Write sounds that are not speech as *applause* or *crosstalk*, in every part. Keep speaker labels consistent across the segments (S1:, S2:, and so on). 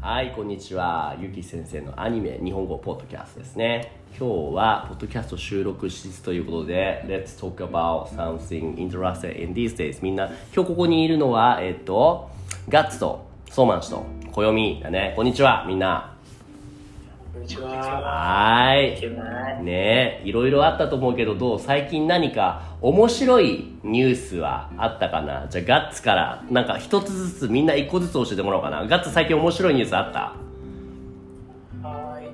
S1: はいこんにちはゆき先生のアニメ日本語ポッドキャストですね今日はポッドキャスト収録しつつということで Let's talk about something interesting in these days みんな今日ここにいるのはえっとガッツとソーマン氏と暦だねこんにちはみんな
S2: こんにちは。
S1: はーい
S2: こんにちは
S1: ねえいろいろあったと思うけどどう最近何か面白いニュースはあったかなじゃあガッツからなんか一つずつみんな一個ずつ教えてもらおうかなガッツ最近面白いニュースあった
S2: はーい。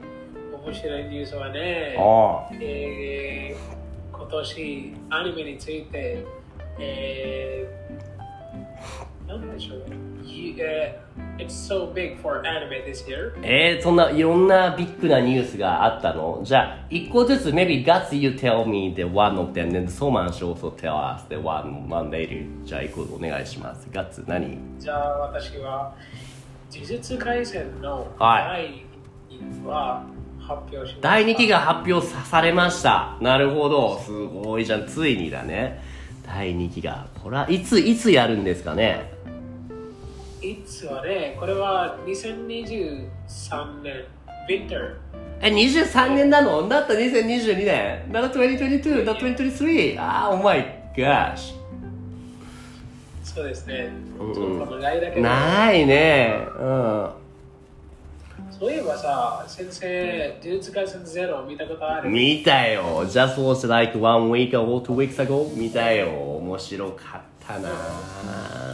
S2: 面白いニュースはね、
S1: あ
S2: えー、今年アニメについて、えー、なんでしょう。You, uh, it's so big for anime this year.
S1: えー、そんないろんなビッグなニュースがあったのじゃあ一個ずつ maybe guts you tell me the one of them then so much also tell us the one one later じゃあ一個お願いしますガッツ何
S2: じゃあ私は、呪術廻戦の
S1: は
S2: 第2話発表しました。
S1: 第2期が発表さされましたなるほどすごいじゃんついにだね第2期がこれはいついつやるんですかね
S2: いつはね、これは2023年、Winter。
S1: え23年なのだった2022年だった2022だった2023あー oh my gosh
S2: そうですね。
S1: うん
S2: ちょっと長いだけど。
S1: ないねうん
S2: そういえばさ、先生、呪術廻戦ゼロ見たことある
S1: 見たよ Just was like one week or two weeks ago 見たよ面白かったな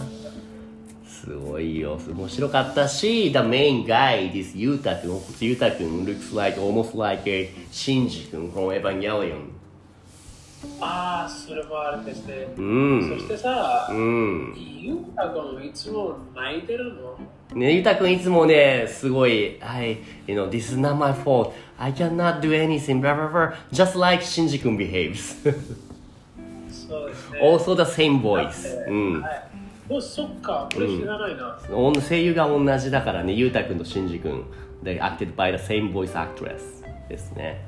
S1: すごいよ面白かったし The main guy this ユータくんユータくん looks like almost like a シンジくん from Evangelion
S2: ああ、それもあるんですね。
S1: う
S2: そし
S1: ん
S2: てさ、
S1: うん
S2: ゆうたくんいつも泣いてるの
S1: ねユータくんいつもねすごい I you know this is not my fault I cannot do anything blah blah blah just like シンジくん behaves *laughs*
S2: そうですね。
S1: also the same
S2: だっ
S1: voice
S2: て
S1: うん
S2: はいもうそっか、これ知らないな。
S1: おん声優が同じだからね、ゆうたくんとしんじくん。で、acted by the same voice actress ですね。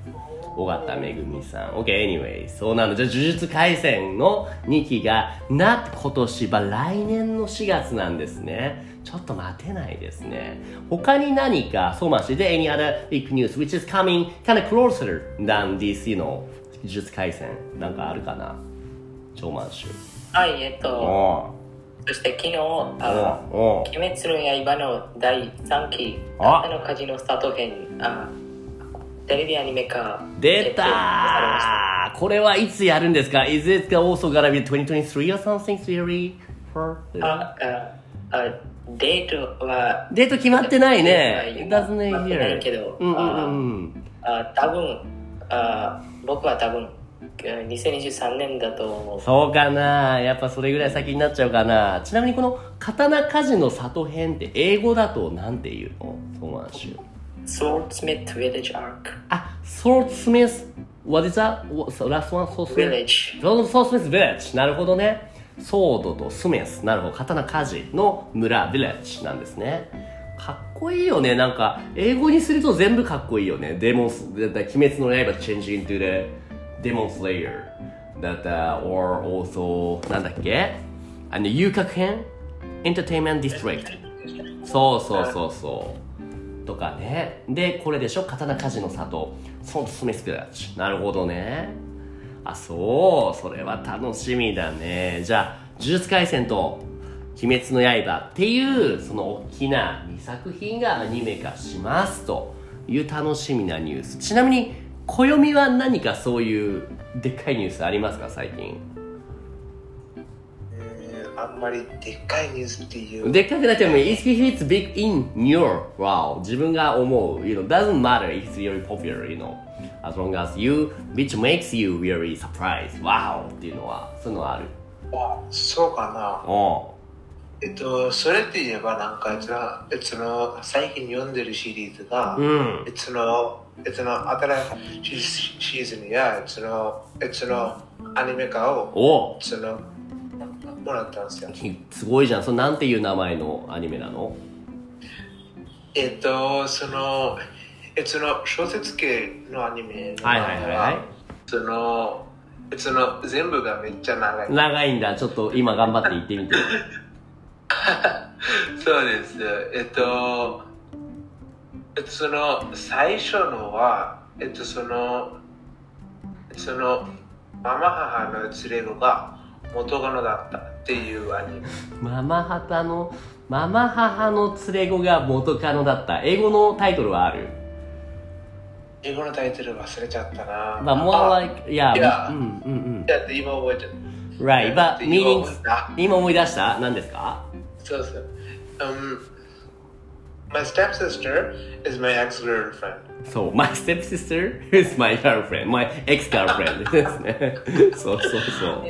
S1: 尾形めぐみさん。OK, anyway. そうなの。じゃあ、呪術廻戦の2期が、な、今年ば来年の4月なんですね。ちょっと待てないですね。他に何か、そうましで、any other big news which is coming kind of closer than this, you know, 呪術廻戦。なんかあるかな超満州。
S3: はい、えっ
S1: お
S3: と、
S1: お
S3: そして昨日、
S1: お
S3: あ
S1: お
S3: 鬼滅の刃の第3期、
S1: あ
S3: あの火事のスタート編、あテレビアニメ化、
S1: 出
S3: 決定されました
S1: たーこれはいつやるんですか ?Is it also gonna be 2023 or something theory? for-
S3: あああデートは、
S1: デート決まってないね。
S3: まあ
S1: Doesn't it
S3: まあないけ
S1: here?
S3: ど、
S1: うんうんうん。
S3: ああ多分あ僕は多分2023年だと思う。
S1: そうかなやっぱそれぐらい先になっちゃうかなちなみにこの刀鍛冶の里編って英語だとなんて言うのそうなんですよ。
S3: Swordsmith Village Arc
S1: あ、Swordsmith, what is that? What- so last one? Swordsmith?
S3: Village
S1: ロード・ソースミス・ヴィレッジなるほどねソードとスメスなるほど刀鍛冶の村ヴィレッジなんですねかっこいいよねなんか英語にすると全部かっこいいよねデモンスだったら鬼滅の刃 change into the demon slayer だったら or also なんだっけあの遊郭編 entertainment district そうそうそうそうとかねでこれでしょ刀鍛冶の里ソード・スメス・ヴィレッジなるほどねあそうそれは楽しみだねじゃあ「呪術廻戦」と「鬼滅の刃」っていうその大きな2作品がアニメ化しますという楽しみなニュースちなみに暦は何かそういうでっかいニュースありますか最近
S4: うーんあんまりでっかいニュースっていう
S1: でっかくなってもいい If it's big in your world 自分が思う You know, doesn't matter if it's really popular You know As long as you Which makes you really surprised Wow っていうのはそういうのはある
S4: あそうかな
S1: お
S4: えっとそれって言えばなんかそのえその最近読んでるシリーズが、
S1: ううん
S4: えそのえその新しいシシーズンやえそのえそのアニメ化を
S1: お
S4: そのもらったんですよ
S1: ひすごいじゃんそれなんていう名前のアニメなの
S4: えっとそのえその小説系のアニメの
S1: はいはいはいはい
S4: そのえその全部がめっちゃ長い
S1: 長いんだちょっと今頑張 *laughs* って言ってみて
S4: そうです。えっと、えっとその最初のは、えっとその、その、ママ母の連れ子が元カノだったっていうアニメ。
S1: ママ母のママ母の連れ子が元カノだった英語のタイトルはある
S4: 英語のタイトル忘れちゃったな。
S1: まあ more
S4: あ
S1: like yeah,
S4: Yeah.
S1: うんうん
S4: だって今覚えてる。
S1: うん right but
S4: 今
S1: meaning
S4: 覚えた
S1: 今思い出した何ですか
S4: そうそう。Um, my stepsister is my
S1: *laughs*
S4: ex-girlfriend.
S1: そう my stepsister is my girlfriend my ex girlfriend *laughs* ですねそうそうそう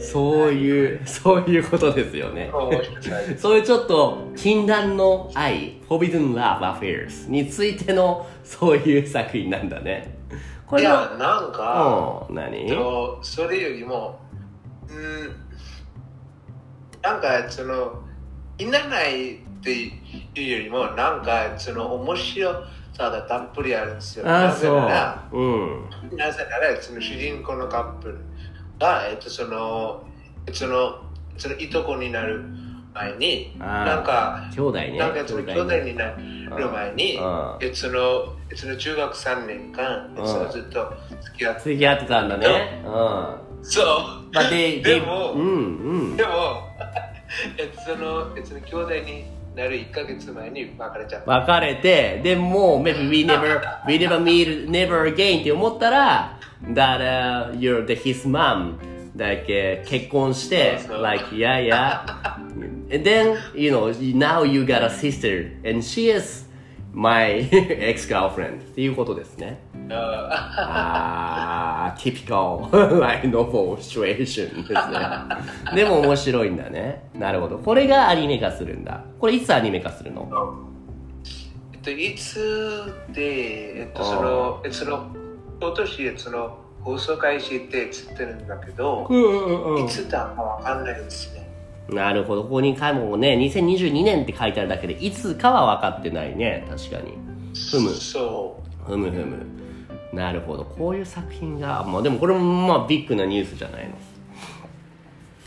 S1: そういうそういうことですよね
S4: こう覚えてくださ
S1: *laughs*
S4: い
S1: そういうちょっと禁断の愛 Forbidden Love Affairs についてのそういう作品なんだねこ
S4: い
S1: れ
S4: や
S1: は、
S4: なんか、
S1: うん何
S4: えっとそれよりも、うん、なんかその、いらないっていうよりも、なんかその面白さがたっぷりあるんですよ。
S1: あ
S4: なぜなら
S1: あそううん
S4: なぜならその主人公のカップルが、えっと、そのそのそのいとこになる前に
S1: あー
S4: なんか
S1: 兄弟ね
S4: なんかその兄弟になる前に
S1: うん
S4: えっとそのえっとその中学3年間えっとそのずっと付き合って
S1: 付き合ってたんだねうんま
S4: そう
S1: あで
S4: でも
S1: うんうん
S4: でもえっとそのえっとその兄弟になる1か月前に別れちゃった
S1: 別れてでもう maybe we never we never meet never again って思ったら that、uh, you're the his mom だけ結婚して
S4: そうそう
S1: like yeah yeah and then you know now you got a sister and she is my *laughs* ex girlfriend っていうことですね
S4: あ
S1: あー typical *laughs* like novel situation です
S4: *laughs*
S1: ねでも面白いんだねなるほどこれがアニメ化するんだこれいつアニメ化するの
S4: ーえっといつでえっとそのえっとその今年えっとその放送開始って言ってるんだけど、
S1: うんうんうん
S4: いつだかわかんないですね。
S1: なるほどここに回もね2022年って書いてあるだけでいつかは分かってないね確かにふむ
S4: そ
S1: ふむふむなるほどこういう作品がまあでもこれもまあビッグなニュースじゃないの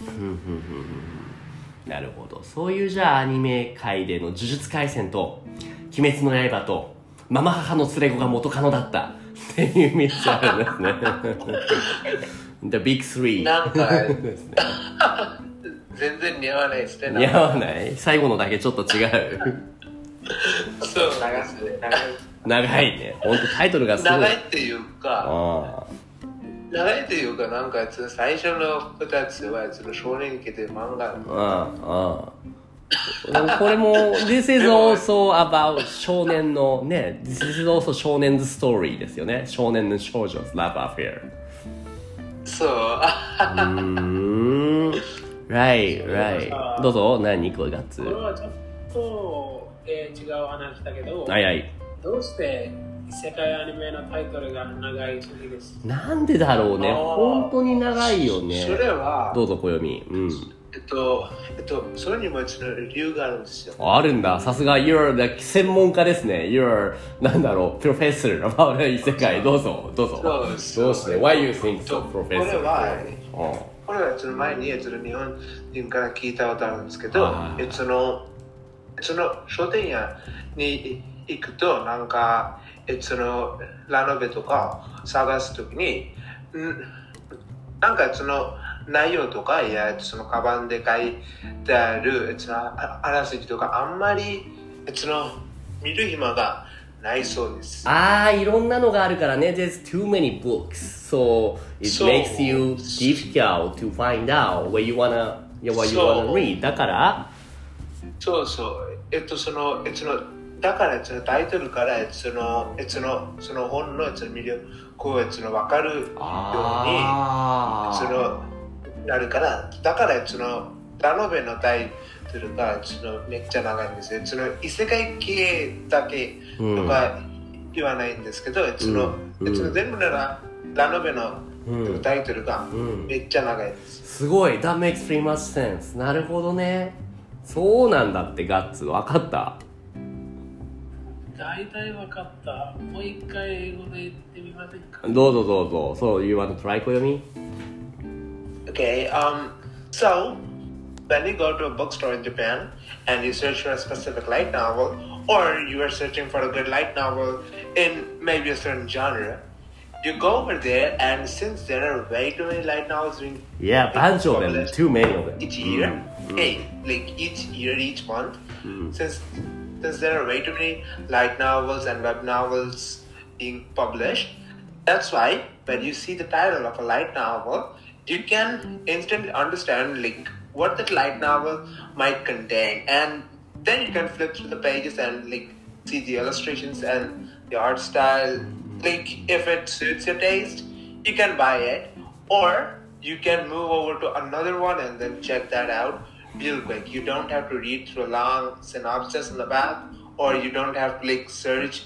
S1: ふんふんふんふんふんなるほどそういうじゃあアニメ界での「呪術廻戦」と「鬼滅の刃」と「ママ母の連れ子が元カノだった」っていう3つあるんですね *laughs* The Big
S4: う。
S1: Three
S4: なんか、
S1: *laughs* ですね
S4: *laughs* 全然似合わないですね。
S1: 似合わない最後のだけちょっと違う
S4: *laughs* そう、長すね。長い
S1: 長いね本当タイトルがすごい
S4: 長いっていうか、
S1: あ
S4: 長いっていうか、なんか、最初の2つは、その少年期で漫画。
S1: あああこれも This is also about 少年のね This is also 少年 's story ですよね少年の少女 's love affair
S4: そう、あ
S1: うーん Right, right どうぞ何これガッツ
S2: これはちょっと、えー違う話だけど、
S1: はいはい
S2: どうして異世界アニメのタイトルが長い時です
S1: なんでだろうね
S4: あー
S1: 本当に長いよね
S4: それは、
S1: どうぞ暦うん
S4: えっと、えっと、それにもその理由があるんですよ。
S1: あるんだ。さすが、you're the 専門家ですね。you're, なんだろう、professor about 異世界。どうぞ、どうぞ。
S4: そうそう
S1: どうして ?why you think
S4: えっと
S1: so,
S4: こ
S1: professor?
S4: れは、
S1: うん
S4: これはその前にその日本人から聞いたことあるんですけど
S1: は、い
S4: えそのその商店屋に行くとなんかえそのラノベとか探すときに、んなんかその内容とかいやそのカバンで書いてあるそのああらすじとかあんまりその見る暇がないそうです。
S1: あー、いろんなのがあるからね。There's too many books. So, it
S4: そう
S1: makes you difficult to find out what you wanna, what you
S4: そ
S1: wanna
S4: う
S1: read. だから、
S4: そうそう、えっと、その、えっと、その、だから、そのタイトルから、えっと、その、えっと、その、その本の、えっと、魅力を、えっと、その、わかるように、
S1: あ
S4: そ
S1: ー。
S4: の、なるから、だから、えっと、その、ラノベのタイトルが、えっとその、めっちゃ長いんですよ。その、異世界系だけとか言わないんですけど、えっと、その、
S1: うん
S4: えっと、その全部なら、ラノベの
S1: うん
S4: タイトルが
S1: ん
S4: めっちゃ長いです。
S1: すごい That makes pretty much sense なるほどねそうなんだってガッツ分かった
S2: 大体わかったもう一回英語で言ってみませんか
S1: どうぞどうぞ。So you want to try 暦
S4: Okay, um, so, when you go to a bookstore in Japan and you search for a specific light novel, or you are searching for a good light novel in maybe a certain genre, you go over there, and since there are way too many light novels being
S1: Yeah, bunch of them.
S4: published
S1: Too many of them.
S4: each year, hey, like each year, each month, since since there are way too many light novels and web novels being published, that's why when you see the title of a light novel, you can instantly understand like what that light novel might contain, and then you can flip through the pages and like see the illustrations and the art style. Like if it suits your taste, you can buy it, or you can move over to another one and then check that out real quick. You don't have to read through a long synopsis in the back, or you don't have to like search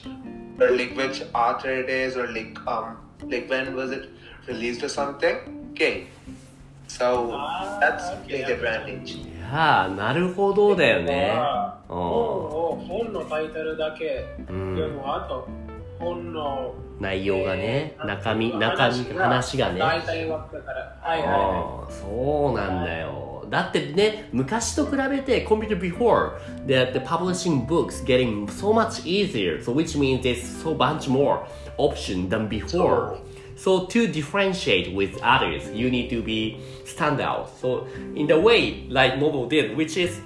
S4: or like which author it is, or like um like when was it released or something. Okay, so
S2: Ah,
S4: that's
S2: okay,
S4: big advantage.
S1: いやーなるほどだよね。
S2: 本を本のタイトルだけ読むあと本の
S1: 内容がね、
S2: えー
S1: 中身、中身、話がね。
S2: 大体分かるからはいはいは
S1: ああそうなんだよだってね昔と比べて computer before that the publishing books getting so much easier so which means there's so bunch more option than before so to differentiate with others you need to be stand out so in the way like mobile did which is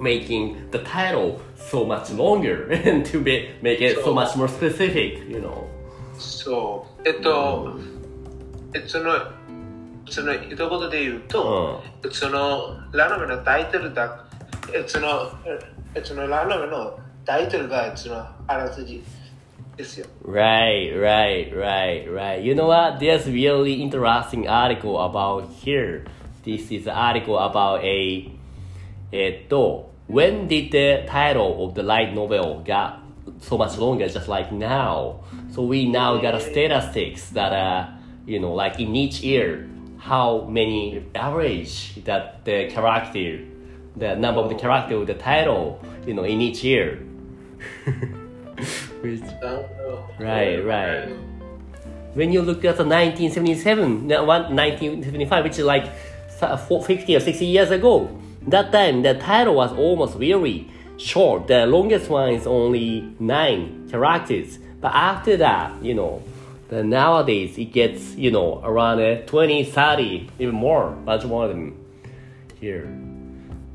S1: making the title so much longer *laughs* and to be make it so much more specific you know
S4: そう。えっと、えその、その一言で言うと、そのラノベのタイトルだ、えその、えそのラノベのタイトルがそのあらすじですよ。
S1: Right, right, right, right. You know what? There's really interesting article about here. This is an article about a えっと When did the title of the light novel got so much longer just like now? So we now got a statistics that uh you know like in each year how many average that the character the number of the character of the title you know in each year. *laughs* Which
S4: なるほど
S1: Right, right. When you look at the 1977, no, one- 1975, which is like so- four- 50 or 60 years ago, that time the title was almost very short. The longest one is only nine characters. But after that, you know, the nowadays it gets, you know, around uh, 20, 30, even more, much more than here.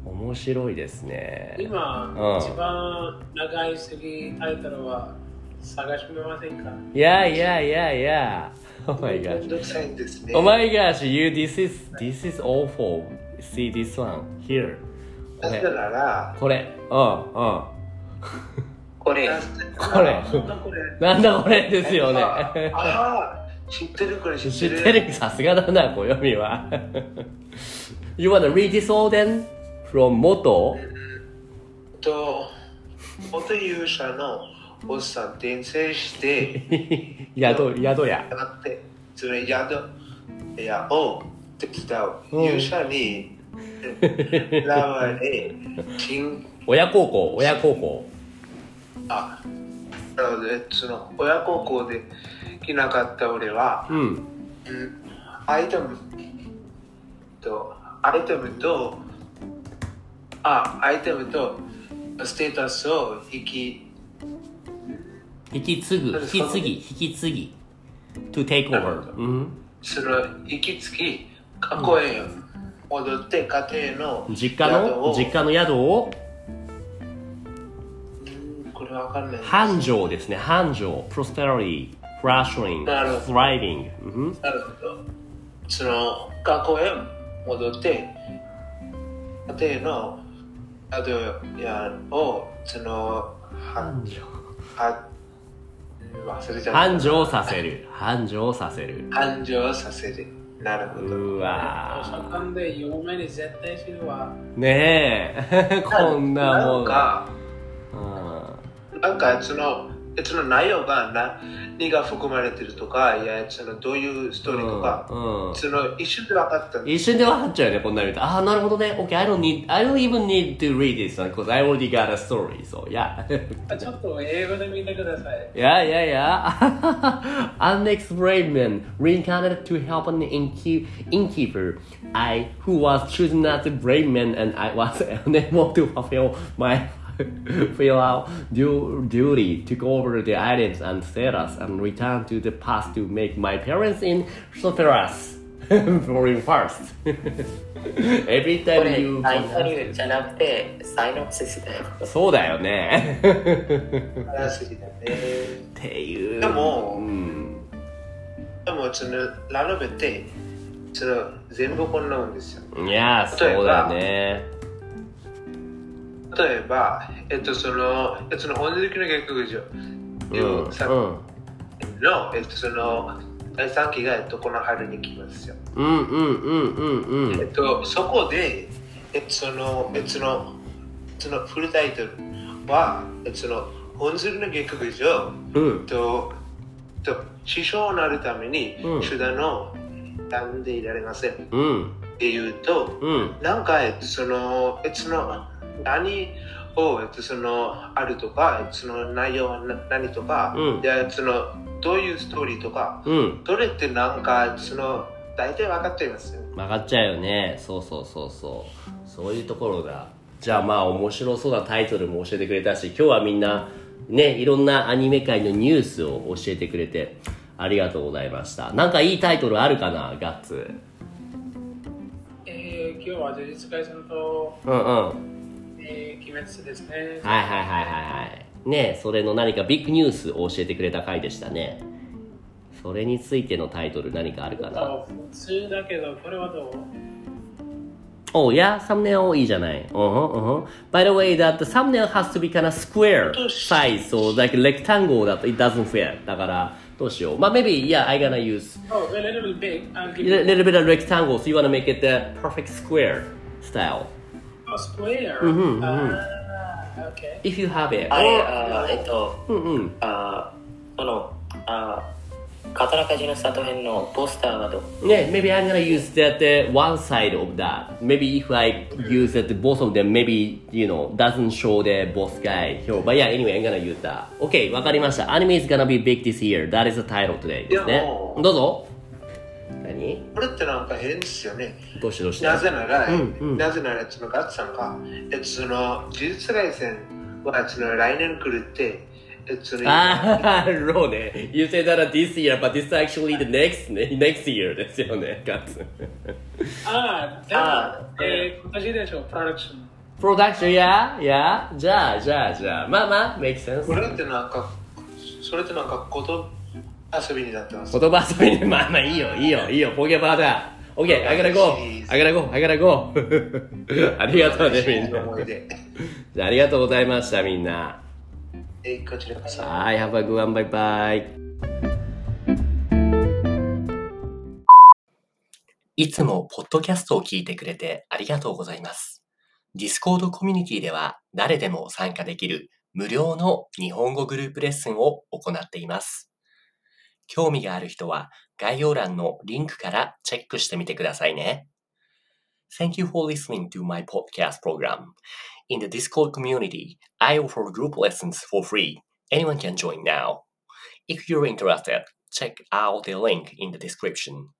S1: 面白いですね。
S2: い今、
S1: うん
S2: 一番長い次タイトルは探してみませんか
S1: Yeah, yeah, yeah, yeah. *laughs* Oh my gosh.
S4: めんどくさいんですね。
S1: Oh my gosh, you this is this is awful. See this one here.
S4: なぜなら、
S1: これ。うんうん。
S3: *laughs*
S1: *laughs*
S3: これ
S4: なぜ
S1: これ。
S2: なんかこれ
S1: なんだこれですよね。 *laughs*
S4: ああ、知ってるこれ知って
S1: 知
S4: る。
S1: ってるさすがだな、小読みは。you wanna read this all then? From Moto? *laughs*
S4: えっと、元勇者のおっさん転生して、
S1: 宿、宿や。
S4: あってそれ宿部屋を手伝
S1: うん
S4: う勇者に選ばれ人
S1: *laughs* 親孝行、親孝行。
S4: あなのでその親孝行できなかった俺は
S1: うん。
S4: うんアイテムとアイテムとあアイテムとステータスを引き
S1: 引き継ぐ、引き継ぎ、引き継ぎ。to take
S4: なる
S1: over.
S4: ほ
S1: うん。
S4: その行きつき過去へ戻って家庭の
S1: 実家の、
S4: 宿を
S1: 実家の宿を、
S4: うんこれわかんない
S1: 繁盛ですね繁盛 prosperity flourishing
S4: なるほど
S1: thriving、うん
S4: なるほど。その学校へ戻って、家庭の宿やをその繁盛は忘れちゃった
S1: 繁盛させる繁盛させる
S4: 繁盛させる。なるほど。
S1: う
S2: 図書
S1: わ
S2: 館で読めに絶対知るわ
S1: ーねえ *laughs* こんなも
S4: ん
S1: ん
S4: か
S1: うん
S4: なんかそのその内容がな何が含まれてるとか、いや、そのどういうストーリーとか、
S1: うんうん
S4: その一瞬で分かったんで
S1: 一瞬で分かっちゃうよね、こんなの見て。ああ、なるほどね。Okay, I don't need, I don't even need to read this one because I already got a story, so yeah.
S2: ちょっと英語で見てください。
S1: Yeah, yeah, yeah. *laughs* Alex Raymond reincarnated to help an innkeep- innkeeper. I, who was chosen as a brave man, and I was *laughs* unable to fulfill my *laughs* fill out du- duty, took over the items and status, and returned to the past to make my parents in *laughs* Soteras. Boring first. *laughs* Every
S3: こ
S1: time
S3: れ
S1: you.
S3: タイトルじゃなくてサイノプシスだよ
S1: そうだよ *laughs* ね。っ
S4: 話すぎだね。
S1: ていう。
S4: でも
S1: うん
S4: でも、そのラノベって、その全部こんなんですよ。
S1: いやー、そうだよね。
S4: 例えば、えっと、その、えっと、その、本日の劇場っていう
S1: うん
S4: 作品の、えっと、その、第3期が、えっと、この春に来ますよ。
S1: うんうんうんうんう
S4: えっ
S1: ん
S4: と、そこで、えっと、その、えっと、その、そのフルタイトルは、えっと、その、本日の劇場、
S1: うん
S4: と、と師匠になるために
S1: うん
S4: 手段を選んでいられませんって
S1: うん
S4: 言うと、
S1: うん
S4: なんか、えっと、その、えっと、その、何を、えっと、その、あるとか、えっと、その内容はな何とか、
S1: うん
S4: でえっとその、どういうストーリーとか、
S1: うん
S4: どれってなんか、えっとその、大体分かってますよ。
S1: 曲がっちゃうよねそうそうそうそうそういうところだじゃあまあ面白そうなタイトルも教えてくれたし今日はみんなねいろんなアニメ界のニュースを教えてくれてありがとうございましたなんかいいタイトルあるかなガッツ
S2: えー、今日は呪術廻戦と、
S1: うんうんはい
S2: えー、鬼滅ですね。
S1: はいはいはいはいねそれの何かビッグニュースを教えてくれた回でしたねそれについてのタイトル何かあるかな
S2: あ普通だけど、これはどう
S1: Oh yeah, thumbnail いいじゃない。Uh huh, uh huh. By the way, that the thumbnail has to be kind of square size, so like rectangle that it doesn't fit. だからどうしよう。まあ maybe yeah, I gonna use
S2: Oh, a little big. I'll
S1: a
S2: give you
S1: little bit of rectangle, so you wanna make it the perfect square style.
S2: a square.
S1: Mhm, mhm.
S2: Ah, okay.
S1: If you have it.
S3: あれ
S1: Or-
S3: あーえっと
S1: うんうん。
S3: あーそのあー刀鍛冶の里編のポスターがどう
S1: ね、maybe I'm gonna use that uh, one side of that. Maybe if I use it both of them, maybe you know doesn't show the both guy here. But yeah, anyway, I'm gonna use that. Okay, わかりました。Anime is gonna be big this year. That is the title today. です
S4: い
S1: ね
S4: やも。う
S1: どうぞ。何？
S4: これってなんか変ですよね。
S1: どうしてどうして？
S4: なぜなら、
S1: うんうん
S4: なぜなら、そのガッツさんが、えっと、その、呪術廻戦は、その、来年来るって、えっと、その、
S1: ああ、ローね。You say that this year, but this is actually the next next year ですよ
S4: *laughs*
S1: ね。ガッツ。
S2: あー、で
S3: あ
S2: も、
S3: ー
S2: えー、今年でしょ、プロダクション。
S1: Production, yeah, yeah. じゃあじゃあじゃあ。まあまあ、make sense.
S4: これってなんか、それってなんかこと遊びになってます。
S1: 言葉遊びにまあまあいいよいいよいいよポケバーだ OK I gotta go I gotta go I gotta go ありがとうね *laughs* みんな
S4: *laughs* 思い出。
S1: じゃあありがとうございましたみんな
S4: えー、こちらこそ。
S1: はい Have a good one bye bye
S5: いつもポッドキャストを聞いてくれてありがとうございます。Discord コミュニティでは誰でも参加できる無料の日本語グループレッスンを行っています。興味がある人は概要欄のリンクからチェックしてみてくださいね。Thank you for listening to my podcast program. In the Discord community, I offer group lessons for free. Anyone can join now. If you're interested, check out the link in the description.